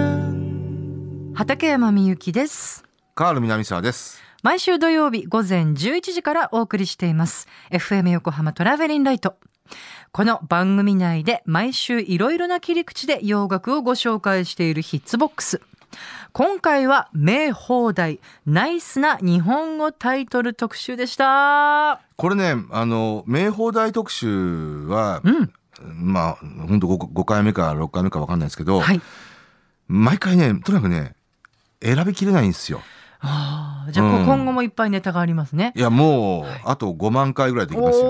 seven. 畠山みゆきですカール南沢です。毎週土曜日午前11時からお送りしています FM 横浜トラベリンライトこの番組内で毎週いろいろな切り口で洋楽をご紹介しているヒッツボックス今回は名放題ナイスな日本語タイトル特集でしたこれね、あの、名放題特集は、うんまあ、本当5、5回目か6回目か分かんないですけど、はい毎回ね、とにかくね、選びきれないんですよ。あーじゃあこ、うん今後もいっぱいネタがありますねいや、もう、あと5万回ぐらいできますよ。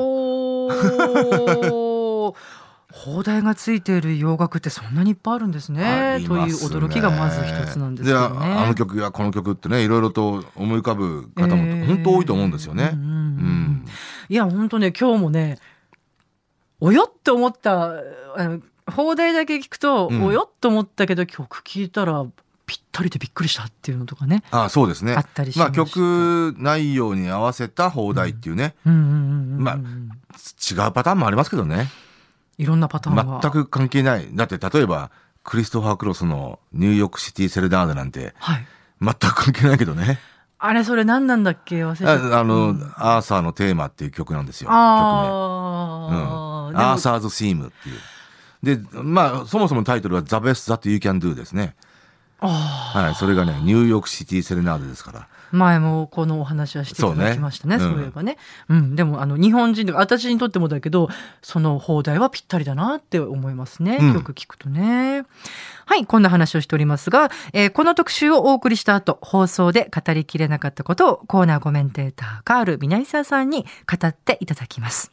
おー 放題がついている洋楽ってそんなにいっぱいあるんですあねりというますね驚きがまず一つなんですけでどあね。あの曲やこの曲ってねいろいろと思い浮かぶ方も本当多いと思うんですよねえーう。んうんううんんいや本当ね今日もねおよって思ったあの放題だけ聞くと、うんおよって思ったけど曲聞いたらぴったりでびっくりしたっていうのとかね。あそうですねあったりしままあす曲内容に合わせた放題っていうね、うんうんうんうんまあ違うパターンもありますけどねいろんなパターンが。全く関係ないだって例えばクリストファー・クロスの「ニューヨークシティ・セルダーナ」なんてはい、全く関係ないけどねあれそれ何なんだっけ忘れちゃった。ああの、うんアーサーのテーマっていう曲なんですよ曲あ名うーんでもアーサーズ・シームっていう。で、まあ、そもそもタイトルは The Best That You Can Do ですね。あはい、それがね、ニューヨークシティ・セレナーデですから。ー前もこのお話はしていただきましたねそそううねいえばね、うんでもあの日本人とか私にとってもだけどその放題はぴったりだなって思いますね、うん曲聞くとねはいこんな話をしておりますが、えーこの特集をお送りした後放送で語りきれなかったことをコーナーコメンテーターカール南沢さんに語っていただきます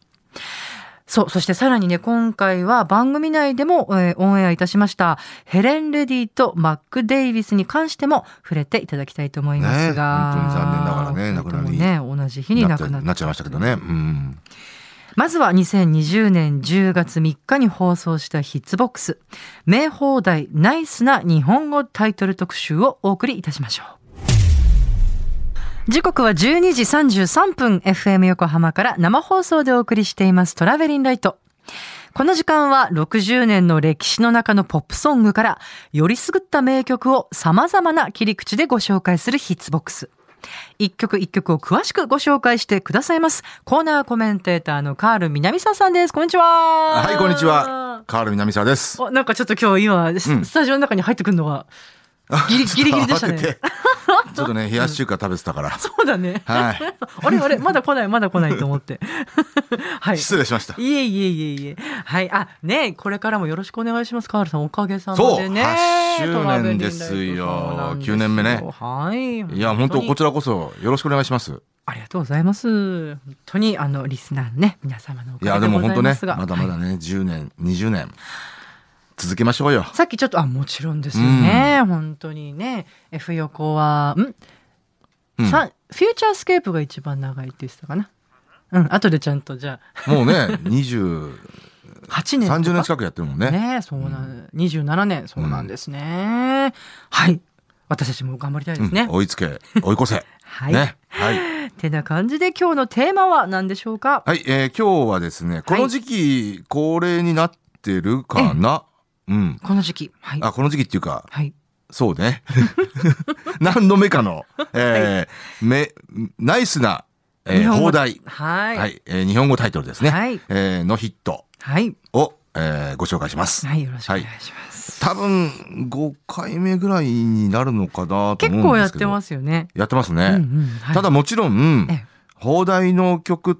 そう、そしてさらにね、今回は番組内でも、えーオンエアいたしました、ヘレン・レディとマック・デイビスに関しても触れていただきたいと思いますが。ね本当に残念ながらね亡くなおり二人ともね、同じ日に亡くななっちゃいましたけどね。うん。まずは2020年10月3日に放送したヒッツボックス、名放題ナイスな日本語タイトル特集をお送りいたしましょう。時刻は12時33分 FM 横浜から生放送でお送りしていますトラベリンライト。この時間は60年の歴史の中のポップソングからよりすぐった名曲を様々な切り口でご紹介するヒッツボックス。一曲一曲を詳しくご紹介してくださいます。コーナーコメンテーターのカール南沢さんです。こんにちは。はい、こんにちは。。カール南沢です。おなんかちょっと今日今、スうんスタジオの中に入ってくるのはギリギリギリでしたちょっね。と慌ててちょっとね、冷やし中華食べてたから。 そうだね。はい。 あれあれまだ来ないまだ来ないと思って。 はい。失礼しました。いえいえいえいえ。はい。あ、ねこれからもよろしくお願いします。カールさん、おかげさまそうでね。 8周トラベリンラ年イでトすよそうなんですよ9年目ねはい。いや、本当こにちらこそよろしくお願いします。ありがとうございます。本当に、あの、リスナーのね、皆様のおいや、かげででもござ本い当まねす、が。まだまはだね、10年、20年、続けましょうよい。。さっきちょっと、あ、もちろんですよね。本当にね。F 横は、んうんさフューチャースケープが一番長いって言ってたかな。うん、後でちゃんと、じゃもうね、20、 あ、8年とか。 30年近くやってるもんね。ねえそうなん、27年、そうなんですね。はい。私たちも頑張りたいですね。うん追いつけ、追い越せ。 はい。ね。はい。てな感じで今日のテーマは何でしょうかはい、えー今日はですね、この時期恒例になってるかな、うん。この時期。はい。あ、この時期っていうか、はい。そうね。 何度目かの、えーめ、ナイスな、えー日本語放題。は。はいい、えー日本語タイトルですね。はいえーのヒットはい。を、えーご紹介します。はい、よろしくお願いします。多分、5回目ぐらいになるのかなと思うんですけど。結構やってますよね。やってますね。うんうんはいただもちろんええ、放題の曲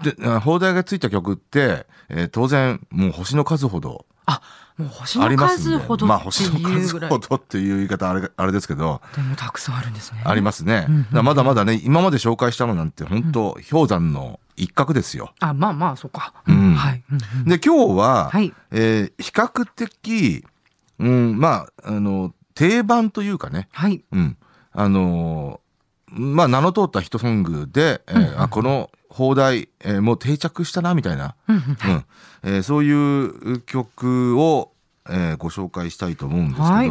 って、あ放題がついた曲って、えー当然、もう星の数ほどあ、もう星ありのますんで数ほどまあって星いのう数ぐらい。ほどっていう言い方あれあれですけど、でもたくさんあるんですね。ありますね。うんうんだからまだまだね、今まで紹介したのなんて本当、氷山の一角ですよ。あ、まあまあ、そうか。うんはい。うんうんで、今日は、はいえー比較的、うん、まあ、あの、定番というかね、はい。うん。あのーまあ、名の通ったヒットソングで、えーあこの放題、えーもう定着したな、みたいな、うんうんうんえーそういう曲を、えーご紹介したいと思うんですけど、はい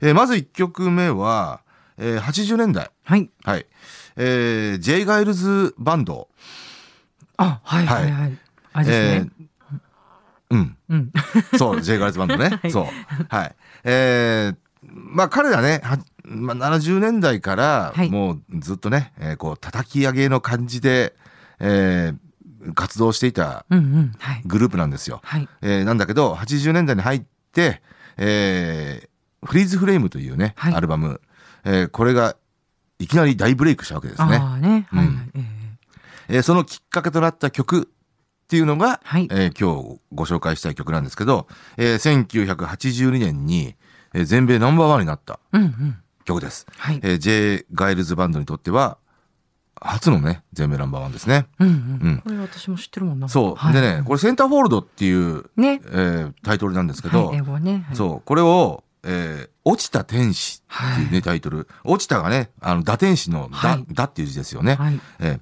えーまず1曲目は、えー80年代、はい。はいえー、J. ガイルズバンド、あ、はいはいはい。あれですね。えうん。うん。そう、J ガールズバンドね は。いそう。はい。えーまあ彼らね、はまあ、70年代からはいもうずっとね、えーこう叩き上げの感じで、えー活動していたうんうん。はい。グループなんですよ。はい。えーなんだけど、80年代に入って、えーフリーズフレームというね、はいアルバム、えーこれがいきなり大ブレイクしたわけですね。ああね。はいはい。ええーそのきっかけとなった曲っていうのが、はいえー今日ご紹介したい曲なんですけど、えー1982年に、えー全米ナンバーワンになったえうんうん。曲です。はい。えー J. ガイルズバンドにとっては初のね全米ナンバーワンですね。うんううんん。これ私も知ってるもんな。そう、はいでねこれセンターフォールドっていう、ねえ。ータイトルなんですけど、はい。英語ね。はいそうこれを、えー落ちた天使」っていうね、タイトル落ちたがねあの打天使の「だ」はいだっていう字ですよね。はい。え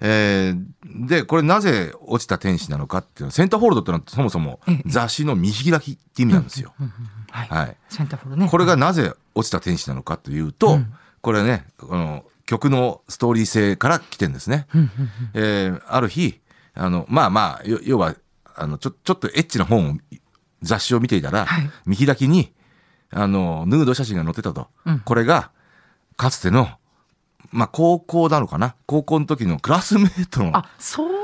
ええーでこれなぜ落ちた天使なのかっていうのセンターフォールドってのはそもそもええ雑誌の見開きって意味なんですよ。うんうんうんはい。はい、センターフォールね。これがなぜ落ちた天使なのかというと、うんこれねこの曲のストーリー性から来てんですね。うんうんうん。えーある日あのまあまあよ要はあのちょちょっとエッチな本を雑誌を見ていたら、はい見開きにあのヌード写真が載ってたと、うんこれがかつての、まあ、高校なのかな高校の時のクラスメートのあ、そういう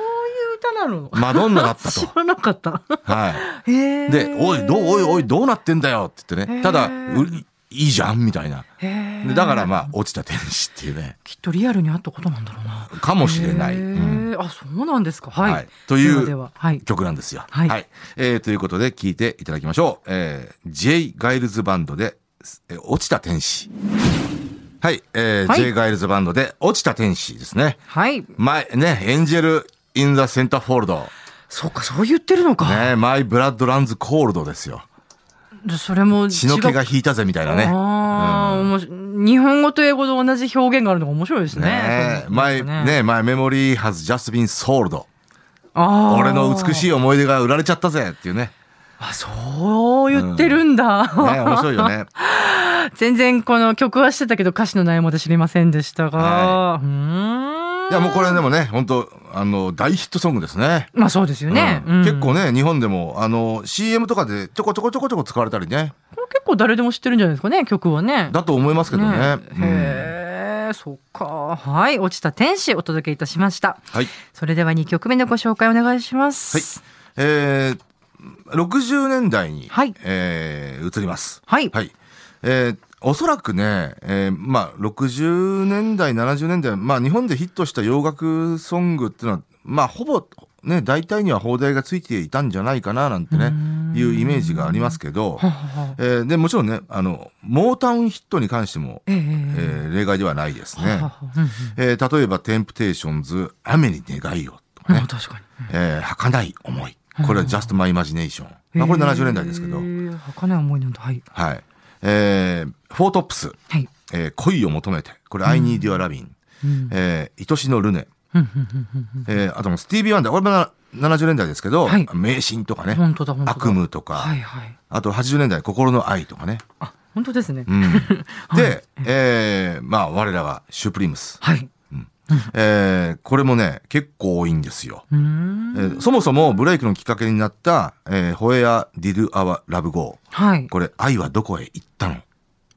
歌なの。マドンナだっ た知と。らなかった。はへい、え。で「おいどうおいおいどうなってんだよ」って言ってへーねただういいいじゃんみたいなへえ。でだからまあ落ちた天使っていうねきっとリアルにあったことなんだろうな。かもしれない。へえうんあ、そうなんですか。はい。はいというではでは、はい。曲なんですよ。はいえーということで聴いていただきましょう。えー、J. ガイルズバンドで、えー落ちた天使。はい、えーはい J. ガイルズバンドで、落ちた天使ですね。はい。前、ね、エンジェル・イン・ザ・センターフォールド。そうか、そう言ってるのか。ね、マイ・ブラッド・ランズ・コールドですよ。でそれも違う。血の気が引いたぜみたいなね。ああ、おもし日本語と英語と同じ表現があるのが面白いですね。ねえ、そうなんで前、すね、前、メモリー・ハズ・ジャスビン・ソールド。あー俺の美しい思い出が売られちゃったぜっていうね。あ、そう言ってるんだ。 ね、面白いよね。全然この曲はしてたけど歌詞の内容まで知りませんでしたが。はうーん。いや、もうこれでもね、本当あの、大ヒットソングですね。まあそうですよね。うんうん結構ね日本でもあの CM とかでちょこちょこちょこちょこ使われたりねこれ結構誰でも知ってるんじゃないですかね、曲はね。だと思いますけどねうんへえ、そっか。はい。落ちた天使お届けいたしました。はい、それでは2曲目のご紹介お願いします。えー、60年代に、はいえー移りますはい。はいえーおそらくね、えーまあ、60年代70年代、まあ、日本でヒットした洋楽ソングっていうのは、まあ、ほぼ、ね、大体には放題がついていたんじゃないかななんてねいうイメージがありますけどは、ははえーでもちろんねあのモータウンヒットに関してもえええー例外ではないですはねは。はうんうんえー例えば、テンプテーションズ、雨に願いをとかまあね、確かに。えー儚い思い。これは Just My Imagination。まあ、これ70年代ですけど、ど。儚い思いなんだ。はい。はい。えーフォートップス、はい。えー恋を求めて、これ I Need Your Loving、うんえー愛しのルネ、うんうんうんうんうんえーあともうスティービー・ワンダー、これもな70年代ですけど、はい迷信とかね、本当だ、本当だ。悪夢とか、はいはい。あと80年代、心の愛とかね。あ、本当ですね。 うんで、えーまあ、我らがシュプリムス。はい。えーこれもね、結構多いんですよ。うーん。えーそもそもブレイクのきっかけになった、えー、ホエア・ディル・アワ・ラブ・ゴはいー。。これ、愛はどこへ行ったの、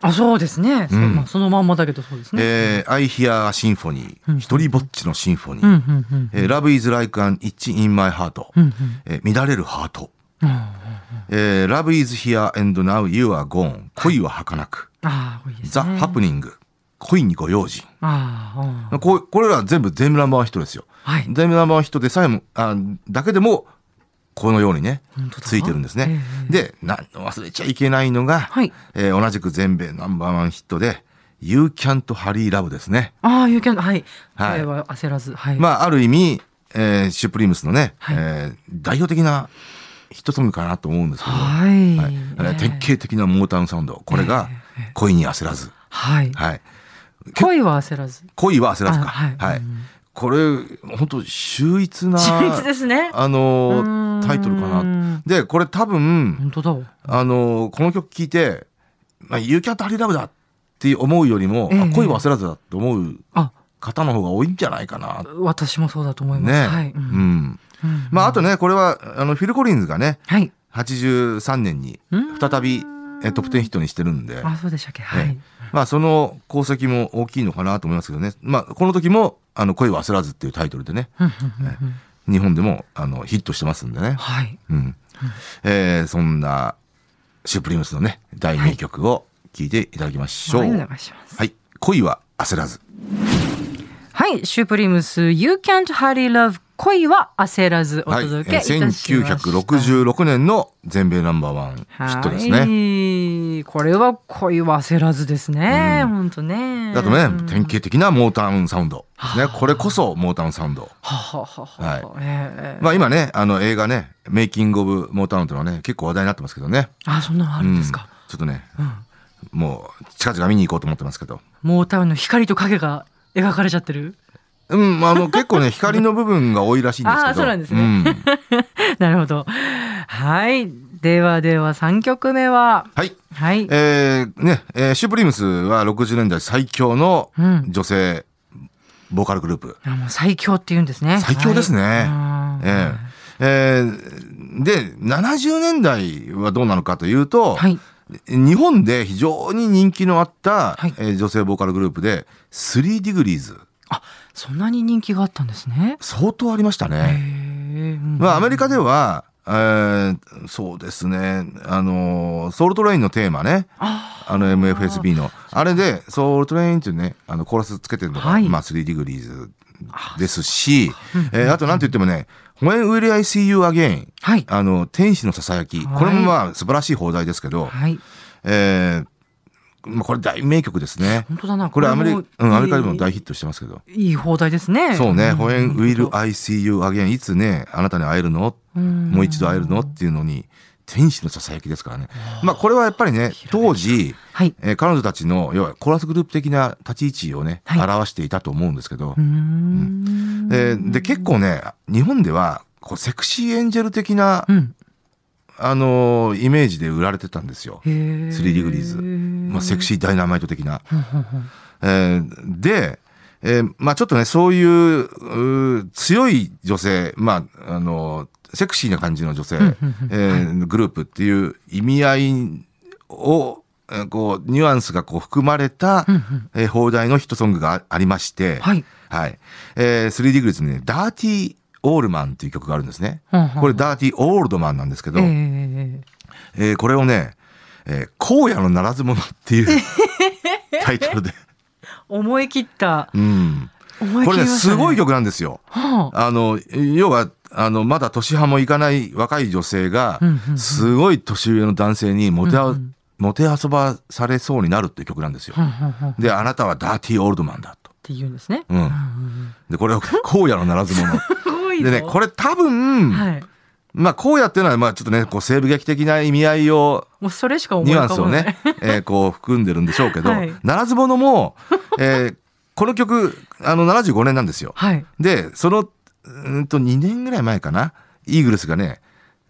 あ、そうですね。そううんまあそのまんまだけどそうですね。えー、I Hear a Symphony う、ん一人ぼっちのシンフォニうんー、うんうん。えー Love is like an itch in my heart、うんうん。えー乱れるハート、あえー Love is here and now you are gone、恋は儚く、あー、これいいです The ね。 Happening、恋にご用心。あーあー。こうこれら全部全部ナンバーワンヒットですよ。はい。全部ナンバーワンヒットでさえも、あだけでも、このようにね本当、だついてるんですね。ええでな、忘れちゃいけないのが、はい。えー同じく全米ナンバーワンヒットで、You Can't Hurry Love ですね。ああ、you can, はい。はこいれは焦らず。はい。あ、まあ、ある意味、えーシュプリムスのね、はいえー代表的なヒットソングかなと思うんですけど、はい。はいえー典型的なモータウンサウンド。これが、恋に焦らず。はい。はい。恋は焦らず。恋は焦らずか。あはいはいうんこれ、本当秀逸な、 秀逸ですね。あのーうーんタイトルかな。で、これ多分、本当だわ。あのーこの曲聴いて、まあ、You Can't Hurry Love だって思うよりも、ええあ恋は焦らずだと思うあ、方の方が多いんじゃないかな。私もそうだと思います。ね、はい。ううんんまあ、あとね、これは、あの、フィル・コリンズがね、はい。 83年にうん再び、えトップ10ヒットにしてるんで、あ、そうでしたっけ。はえい。えまあ、その功績も大きいのかなと思いますけどね、まあ、この時も、あの、恋は焦らずっていうタイトルでね、うんうんうんうん日本でも、あの、ヒットしてますんでね。はい。うん。えーそんな、シュプリムスのね、第2曲を聴いていただきましょう。はいおは願い、いします。恋は焦らず。はい、シュプリムス You Can't Hurry Love 恋は焦らずおはい、え届けいたしました。ー1966年の全米ナンバーワンヒットですね。はいこれは恋は焦らずですね。うん本当ね。あとね、典型的なモータウンサウンドですね。これこそモータウンサウンド。はははは。はいええまあ今ね、あの映画ね、メイキング・オブ・モータウンというのはね、結構話題になってますけどね。あ、そんなのあるんですか。うんちょっとね、うんもう近々見に行こうと思ってますけど。モータウンの光と影が描かれちゃってる。 うん、あの結構ね、光の部分が多いらしいんですけ ど。あーそうなんですねんなるほど。はい。ではでは三曲目は。はい。はい。えーね、えーシュプリムスは60年代最強のうん。女性ボーカルグループ。あもう最強って言うんですね。最強ですねはいうんえええーで、70年代はどうなのかというと、はい。日本で非常に人気のあった、はいえー女性ボーカルグループで、3ディグリーズ。そんなに人気があったんですね。相当ありましたへね。え。まあ、アメリカ。カでは、えーそうですね、あのーソウルトレインのテーマね、ああの MFSB の、あれで、ソウルトレインっていうね、あのコーラスつけてるのが、はいまあ、3ディグリーズですし、うんえーあとなんと言ってもね、When Will I See You Again? はい。あの、天使のささやき。はいこれもまあ素晴らしい放題ですけど、はい。えーまあこれ大名曲ですね。本当だな。これアメリ,、もうん、アメリカでも大ヒットしてますけど。いい放題ですね。そうね、ん When Will I See You Again? いつね、あなたに会えるのもう一度会えるのっていうのに、天使のささやきですからね。まあこれはやっぱりね、当時、はい。えー彼女たちの、要はコーラスグループ的な立ち位置をね、はい表していたと思うんですけど、うーんえーで、結構ね、日本では、こうセクシーエンジェル的な、うん。あのーイメージで売られてたんですよ。へースリーディグリーズまあ、セクシーダイナマイト的な。ほんほんほんえーで、えーまあ、ちょっとね、そういううー強い女性、まあ、あのーセクシーな感じの女性、んうんうんえーグループっていう意味合いを、えーこう、ニュアンスがこう含まれた、うんうんえー放題のヒットソングがあありまして、はい。はい。えー、スリーディグリーズにね、ダーティー・オールマンっていう曲があるんですね。これ、だダーティー・オールドマンなんですけど、えーえーこれをね、えー荒野のならず者っていう タイトルで。思い切った。うん。思いこ切れりまね、したすごい。曲なんですよ。はあの、要は、あの、まだ年派もいかない若い女性あがう、んうんすごい年上の男性にモテあ、うんうんモテ遊ばされそうになるっていう曲なんですよほ。んほんほんっで、あなたはダーティーオールドマンだと。て言うんですね。うんん。で、これを 荒野のならず 者。すごいぞ。でね、これ。れ多分、はい。まあ、荒野っていうのは、まあ、ちょっとね、こう、西部劇的な意味合いをもうそれしか思いニュア浮ンスかをばない。ね。、えーこう含んでるんでしょうけど、はいならず者も、えーこの曲、あの、75年なんですよ。はい。で、その、うーんと、2年ぐらい前かな、イーグルスがね、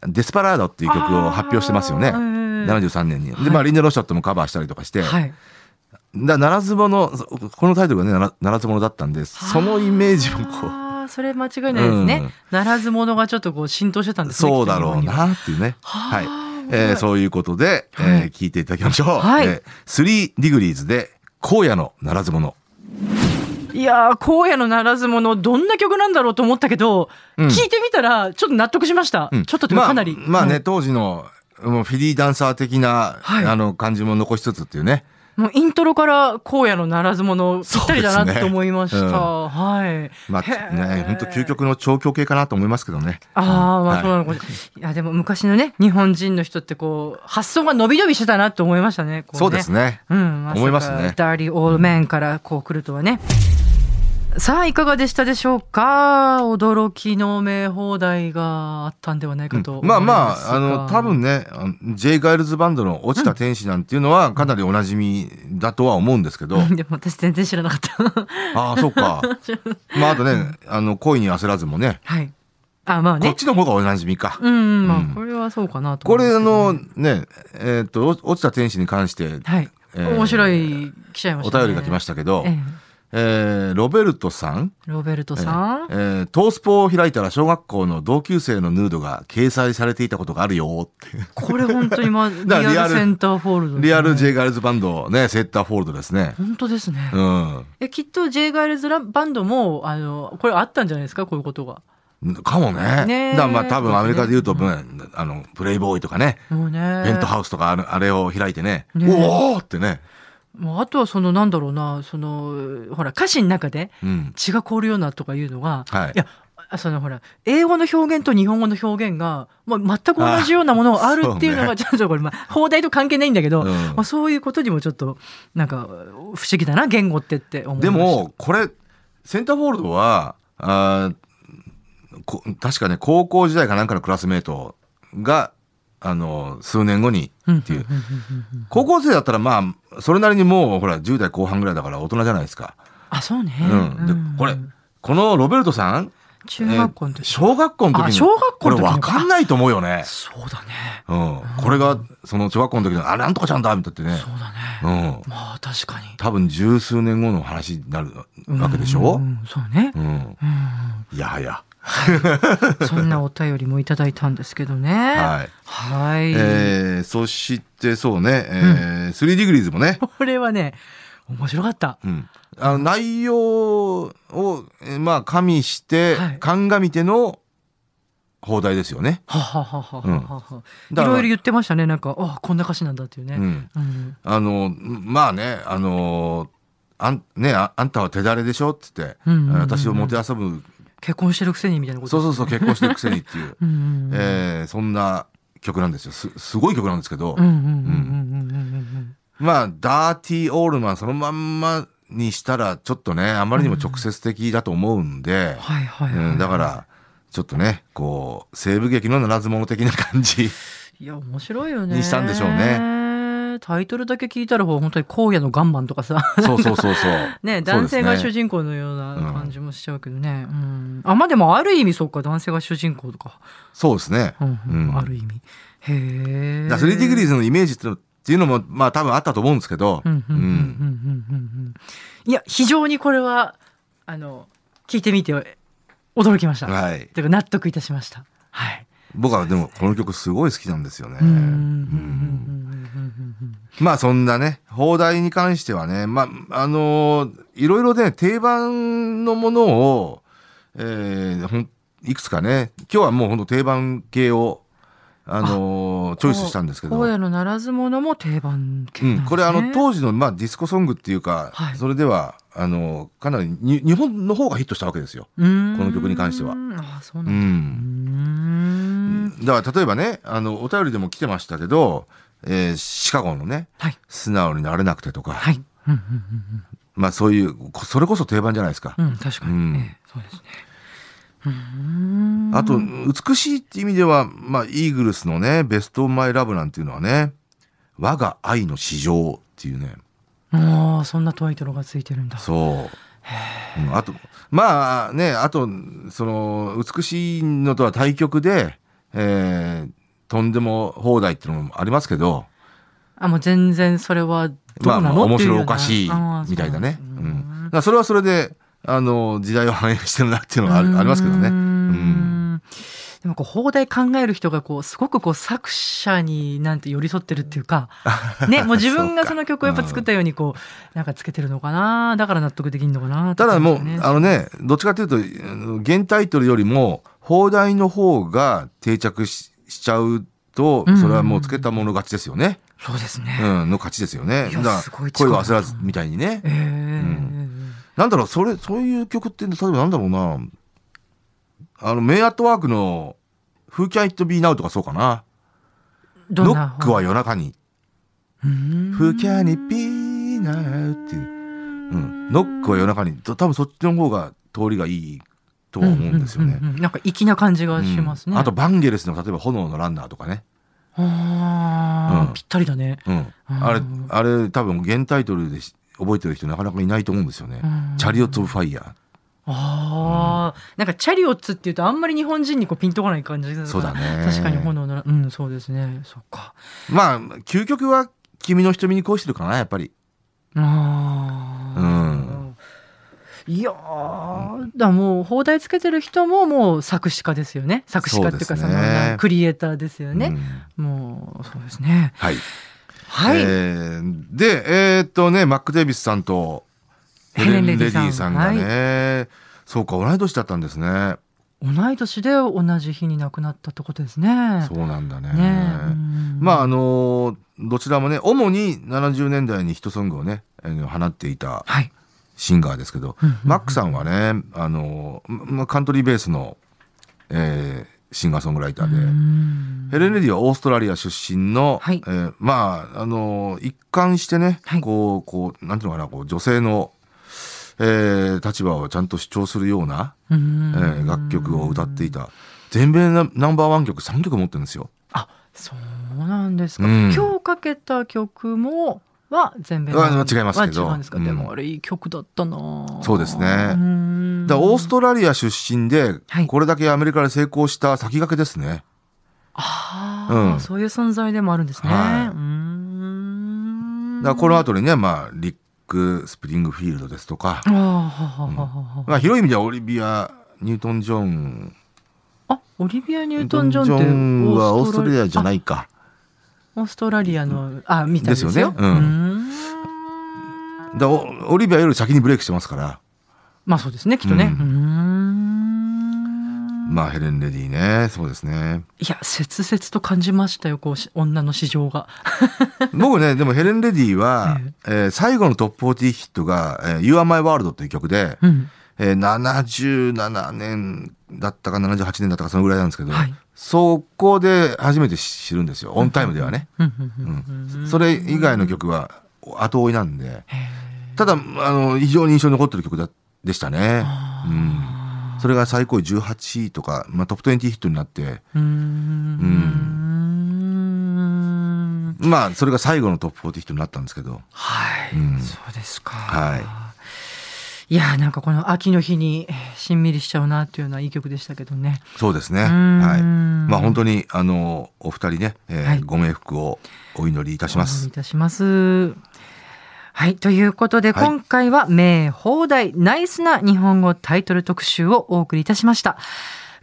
デスパラードっていう曲を発表してますよね。あー73年に。はいで、まあ、リンデロシャットもカバーしたりとかして、はい。だならず者、そこのタイトルがね、ならならず者だったんで、そのイメージもこう、あーそれ間違いないですね、うんならず者がちょっとこう浸透してたんですねそうだろうきっと日本にはなっていうね。はい。はえーあそういうことで、えーはい聞いていただきましょう。はいえー、3ディグリーズで、荒野のならず者。いやー荒野のならず者どんな曲なんだろうと思ったけど、うん聞いてみたらちょっと納得しました、うんちょっとでもかなり、まあ、まあね、も当時の、もうフィリーダンサー的な、はいあの、感じも残しつつっていうね。うもうイントロから荒野のならず者ぴったりだそうでなすねと思いました、うんはいまあ、へーね、本当究極の長距系かなと思いますけどね。ああ、まあはいそうなのかもしれない。いや、でも昔のね、日本人の人ってこう、発想が伸び伸びしてたなって思いましたね。こねそうですね。うん、思いますねさかダーリー・オール・メンからこう来るとはね。さあ、いかがでしたでしょうか驚きの名放題があったんではないかとまあまあ、あ思いの、ますが多分ね、あの J. ガイルズバンドの落ちた天使なんていうのは、かなりおなじみだとは思うんですけど、うん でも私全然知らなかった。 ああ、そうか。まあ、あとね、あの、恋に焦らずもね、はい。あ、まあこっね。ちの方がおなじみか。うん、まうあ、んこれはそうかなとこ思うんでれすけどあのね。ね、えっと、落ちた天使に関して、はい。えー面白い、来ちゃいまおしたね。便りが来ましたけどえ、ええーロベルトさん、ロベルトさん。えートースポを開いたら小学校の同級生のヌードが掲載されていたことがあるよっていう。これ本当に、ま、リらリアルアルセンターフォールド、リアル J ガールズバンド、ね、セッターフォールドですね。本当ですね。うん。えきっと J ガールズラバンドも、あの、これあったんじゃないですかこういうことが。かもね。ねえだからまあ多分アメリカで言うと、うんあの、プレイボーイとかね、もうね。ペントハウスとかあのあれを開いてね、ねえおおーってね、もうあとはその、なんだろうな、その、ほら、歌詞の中でうん。血が凍るようなとかいうのが、はいや、あそのほら、英語の表現と日本語の表現が、まあ、全く同じようなものがあるっていうのあそが、ちょっとこれ、まあ、放題と関係ないんだけど、うんまあ、そういうことにもちょっと、なんか、不思議だな、言語ってって思いまでした。も、これ、センターフォールドは、あーこ確かね、高校時代かなんかのクラスメートが、あの、数年後にうん、っていう。んんんうん高校生だったら、まあ、それなりにもう、ほら、10代後半ぐらいだから大人じゃないですか。あ、そうね。うん。でうん、これ、このロベルトさん、中学校のえー時、小学校の時あに、小学校の時このれ分かんないと思うよね。そうだね。うん。これが、その小学校の時の、あ、なんとかちゃんだみたいなってそうね。だね。うん。まあ、確かに。多分十数年後の話になるわけでしうょんうんうんそうね。うん。うん うんいやはや。そんなお便りもいただいたんですけどね。はい。はい。えー、そしてそうね、えー、3ディグリーズもね、これはね、面白かった。うん、あの内容を、えーまあ、加味して、はい鑑みての放題ですよね。はははははは、ういんろいろ言ってましたね。なんか、あこんな歌詞なんだっていうね。うん。うんあの、まあね、あの、あんね、ああんたは手だれでしょって言って、うんうんうんうん私をもてあそぶ、結婚してるくせにみたいなこと。そうそうそう、結婚してるくせにっていう、うん うんうん。えーそんな曲なんですよ。すすごい曲なんですけど、うんうんうんうんうんうんうんまあ、ダーティー・オールマンそのまんまにしたら、ちょっとね、あまりにも直接的だと思うんで、はいはい、うはいん、だから、ちょっとね、こう、西部劇のならず者的な感じ。いや面白いよねにしたんでしょうねタイトルだけ聞いたらほら本当に荒野の岩盤とかさそうそうそうそう。 ね男性が主人人公のようなうん感じもしちゃうけどねうんあまあでもある意味そっか男性が主人公とか、そうですね。うんうんうんある意味へえだ3ディグリーズのイメージってっていうのも、まあ多分あったと思うんですけど、うんうんうんうんうんううんんうんいや非常にこれはあの聞いてみて驚きました、はい。というか納得いたしましたはい、僕はでも、この曲すごい好きなんですよね。うんうんうんううんんうんまあそんなね、放題に関してはね、まあ、あのーいろいろね、定番のものを、えーほんいくつかね、今日はもうほんと定番系を、あのーチョイスしたんですけど、荒野のならず者も定番系うなんです、ね、んこれあの当時の、まあ、ディスコソングっていうか、はいそれでは、あのーかなりに日本の方がヒットしたわけですよ。このの曲に関してはああそううなんだ。うーん。ん。だから例えばね、あの、お便りでも来てましたけど、えーシカゴのね、はい素直になれなくてとか、はい。うんうんまあそういう、こそれこそ定番じゃないですか。うんうん。うん確かに、うんええそうですね。うーんあと、美しいって意味では、まあ、イーグルスのね、ベストオブマイラブなんていうのはね、我が愛の市場っていうね、ああそんなタイトルがついてるんだ。そう。うんあと、まあね、あと、その、美しいのとは対極で、えー、とんでも放題っていうのもありますけど、あもう全然それはどうまなあ、の、まあ面白いおかってしいうようなああみたいなね。そううなんですん。だからそれはそれで、あの、時代を反映してるなっていうのはあるありますけどね。うーうん。んでもこう放題考える人がこうすごくこう作者になんて寄り添ってるっていう か、ね、もう自分がその曲をやっぱ作ったようにこうなんかつけてるのかなだから納得できるのかなただもう、ねあのね、どっちかというと、あの原タイトルよりも、放題の方が定着ししちゃうとうん、それはもうつけたもの勝ちですよね。そうですうね、ん、の勝ちですよね。いやだかすごいら、力恋は焦らずみたいにね。ええなんだろう、それ、そういう曲って、例えばなんだろうな。あの、メインアットワークの、Who Can It Be Now とかそうかな。どロんなックは夜中に。うーん Who Can It Be Now っていう。うん。ロックは夜中に。と多分そっちの方が通りがいいとは思うんですよねう。んうんうんなんか粋な感じうがしますね、んあと、バンゲレスの、例えば、炎のランナーとかね。あーうんぴったりだねうん。うんあれ、あれ、多分、原タイトルでし覚えてる人なかなかいないと思うんですよね。うんチャリオット・オブ・ファイヤあー、なんかチャリオッツっていうとあんまり日本人にこうピンとこない感じだからそうだね確かに炎のうんそうですねそっかー。まあ、究極は、君の瞳に恋してるかな、やっぱり。あーうんいやー、だからもう、放題つけてる人も、もう作詞家ですよね。作詞家っていうか、そそうですねの、なんクリエイターですようんね。もう、そうですね。はい。はい。えーで、えーっとね、マック・デイビスさんとヘレン・レディーさんがヘレンレディーさんね、そうか、同い年だったんですね。同い年で同じ日に亡くなったってことですね。そうなんだね。ねえ。うんまあ、あのーどちらもね、主に70年代にヒットソングをね、えー放っていたはい。シンガーですけど、うんうんうんマックさんはね、あのーまカントリーベースの、えーシンガーソングライターで、うんヘレン・レディはオーストラリア出身の、はいえーまあ、あのー一貫してね、はいこう、こう、なんていうのかな、こう、女性の、えー立場をちゃんと主張するような、うんえー楽曲を歌っていた。全米ナナンバーワン曲3曲持ってるんですよ。あそうなんですか、うん今日かけた曲もは全米あ違いますけどは違うんですか、うんでもあれいい曲だったなそうですねんだからオーストラリア出身ではい、これだけアメリカで成功した先駆けですね。あーうんそういう存在でもあるんですね、はいうーんだからこの後にね、まあ、リック・スプリングフィールドですとか、あーははははまあ、広い意味ではオリビア・ニュートン・ジョン。あオリビア・ニュートン・ジョンってニュートンはオーストラリアじゃないいか。オーストラリアのあみたいですよですよねうんうーんだからおオリビアより先にブレイクしてますから、まあそうですねきっとね、ううーんまあヘレン・レディねそうです ねいや、切々と感じましたよ、こうし、女の市場が。僕ねでもヘレン・レディは、えー最後のトップ40ヒットが「えー You are my world」という曲で、うん。えー77年だったか78年だったかそのぐらいなんですけど、はいそこで初めて知るんですよオンタイムではね、うんううんん、それ以外の曲は後追いなんでへーただあの非常に印象に残ってる曲だでしたね、うん、あそれが最高位18位とか、まあ、トップ20ヒットになってーうーん。まあ、それが最後のトップ40ヒットになったんですけど。はい、うんそうですか。。はいいや、なんかこの秋の日にえーしんみりしちゃうなっていうのはいい曲でしたけどね。そうですね。うーんはい。まあ、本当に、あの、お二人ね、えーはいご冥福をお祈りいたしまお願いいす。たします。はい。ということで、はい今回は、名放題、ナイスな日本語タイトル特集をお送りいたしました。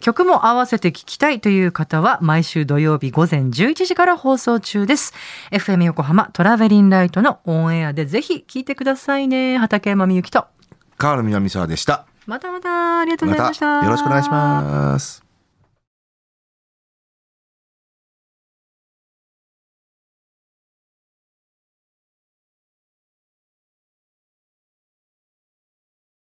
曲も合わせて聞きたいという方は、毎週土曜日午前11時から放送中です。FM 横浜トラベリンライトのオンエアでぜひ聞いてくださいね。畠山みゆきと。カール南沢でした。またまた、ありがとうまございた、ました。よろしくお願いします。